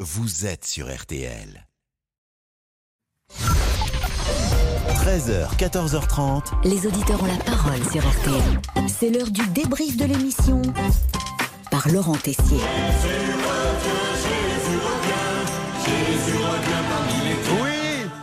vous êtes sur RTL. 13h, 14h30. Les auditeurs ont la parole sur RTL. C'est l'heure du débrief de l'émission par Laurent Tessier. Oui,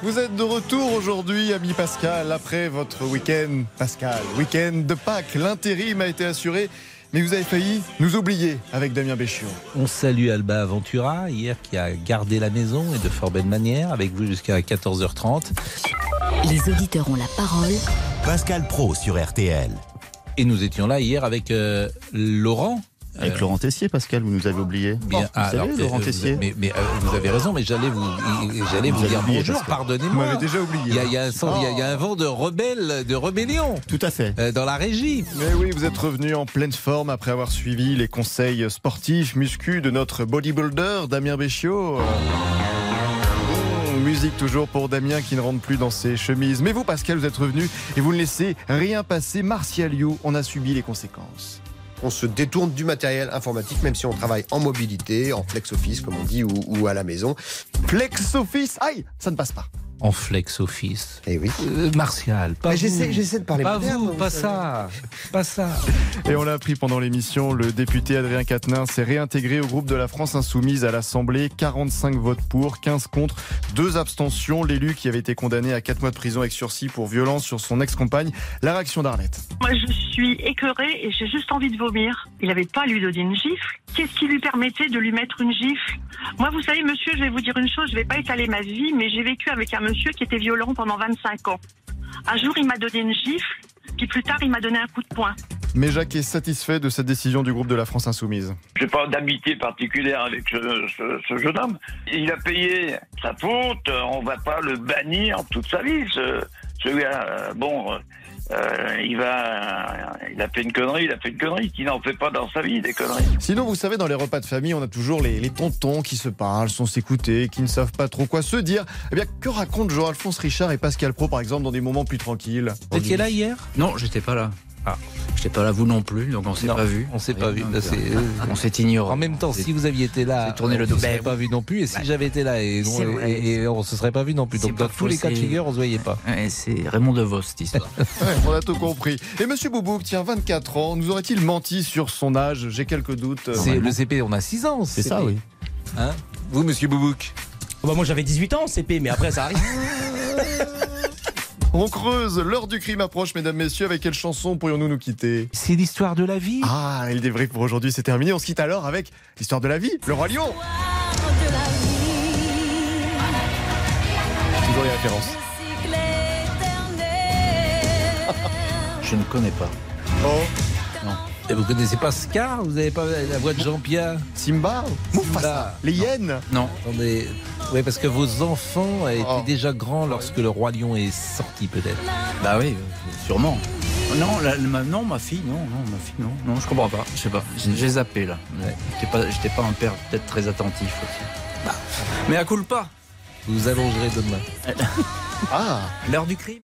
vous êtes de retour aujourd'hui, ami Pascal, après votre week-end, Pascal, week-end de Pâques. L'intérim a été assuré. Mais vous avez failli nous oublier avec Damien Béchiot. On salue Alba Aventura, hier qui a gardé la maison et de fort belle manière, avec vous jusqu'à 14h30. Les auditeurs ont la parole. Pascal Pro sur RTL. Et nous étions là hier avec euh, Laurent. Euh, Avec Laurent Tessier, Pascal, vous nous avez oublié. Oh, Bien, vous ah, savez, alors, Laurent euh, Tessier. Mais, mais, euh, vous avez raison, mais j'allais vous, j'allais vous, avez dire oublié, bonjour, parce que- Vous pardonnez-moi. m'avez déjà oublié. Il y, a, il y a un sens- il y a- il y a un vent de rebelle, de rébellion Tout à fait. euh, dans la régie. Mais oui, vous êtes revenu en pleine forme après avoir suivi les conseils sportifs, muscu de notre bodybuilder Damien Béchiot. Mmh, Musique toujours pour Damien qui ne rentre plus dans ses chemises. Mais vous, Pascal, vous êtes revenu et vous ne laissez rien passer. Martial You, on a subi les conséquences. on se détourne du matériel informatique, même si on travaille en mobilité, en flex office, comme on dit, ou, ou à la maison. Flex Office, aïe, ça ne passe pas. En flex office. Eh oui. Euh, Martial, pas Mais vous. j'essaie, j'essaie de parler Pas moderne, vous, pas savez. ça, pas ça. Et on l'a appris pendant l'émission, le député Adrien Quatennin s'est réintégré au groupe de la France Insoumise à l'Assemblée. 45 votes pour, 15 contre, 2 abstentions. L'élu qui avait été condamné à 4 mois de prison avec sursis pour violence sur son ex-compagne. La réaction d'Arlette. Moi, je suis écœurée et j'ai juste envie de vomir. Il n'avait pas à lui donner une gifle. Qu'est-ce qui lui permettait de lui mettre une gifle Moi, vous savez, monsieur, je vais vous dire une chose, je vais pas étaler ma vie, mais j'ai vécu avec un monsieur qui était violent pendant 25 ans. Un jour, il m'a donné une gifle, puis plus tard, il m'a donné un coup de poing. Mais Jacques est satisfait de cette décision du groupe de la France Insoumise. J'ai pas d'amitié particulière avec ce, ce- ce jeune homme. Il a payé sa faute, on va pas le bannir toute sa vie. Ce, ce gars, Euh, bon, euh, il va, il a fait une connerie, il a fait une connerie, qui n'en fait pas dans sa vie des conneries. Sinon, vous savez, dans les repas de famille, on a toujours les, les tontons qui se parlent, sans s'écouter, qui ne savent pas trop quoi se dire. Eh bien, que racontent Jean-Alphonse Richard et Pascal Pro, par exemple, dans des moments plus tranquilles Vous étiez là hier Non, j'étais pas là. Ah. J'étais pas là, vous non plus, donc on s'est Non, pas vu. On s'est pas vu. Donc, Là, c'est- euh, On s'est ignoré. En même temps, C'est- si vous aviez été là, c'est tourner le on ne dos. serait Ben pas vu non plus. Et si j'avais été là, et, C'est on, vrai. et- et on se serait pas vu non plus. C'est Donc dans pas tous les faux, cas de c'est- figure, on se voyait pas. Ah, Ouais, c'est Raymond DeVos, cette histoire. Ouais, on a tout compris. Et Monsieur Boubouk, tiens, 24 ans, nous aurait-il menti sur son âge J'ai quelques doutes. C'est le CP, on a 6 ans. C'est ça, oui. Hein vous, Monsieur Boubouk, Bah moi j'avais 18 ans en CP, mais après ça arrive. On creuse, l'heure du crime approche, mesdames, messieurs. Avec quelle chanson pourrions-nous nous quitter c'est l'histoire de la vie. Ah, il est vrai que pour aujourd'hui, c'est terminé. On se quitte alors avec l'histoire de la vie, le Roi Lion Toujours les références. Je ne connais pas. Oh, Et vous connaissez pas Scar Vous n'avez pas la voix de Jean-Pierre Simba Mufasa Les hyènes Non. Attendez. Oui, parce que vos enfants étaient Ah. Oh. déjà grands lorsque le roi lion est sorti, peut-être. Bah oui, euh, sûrement. Non, la- ma, non, ma fille, non, non, ma fille, non, non, je comprends pas, je sais pas, j'ai j'ai zappé là. Ouais. J'étais pas, j'étais pas un père peut-être très attentif aussi. Mais à coup pas. Vous allongerez demain. Ah L'heure du crime.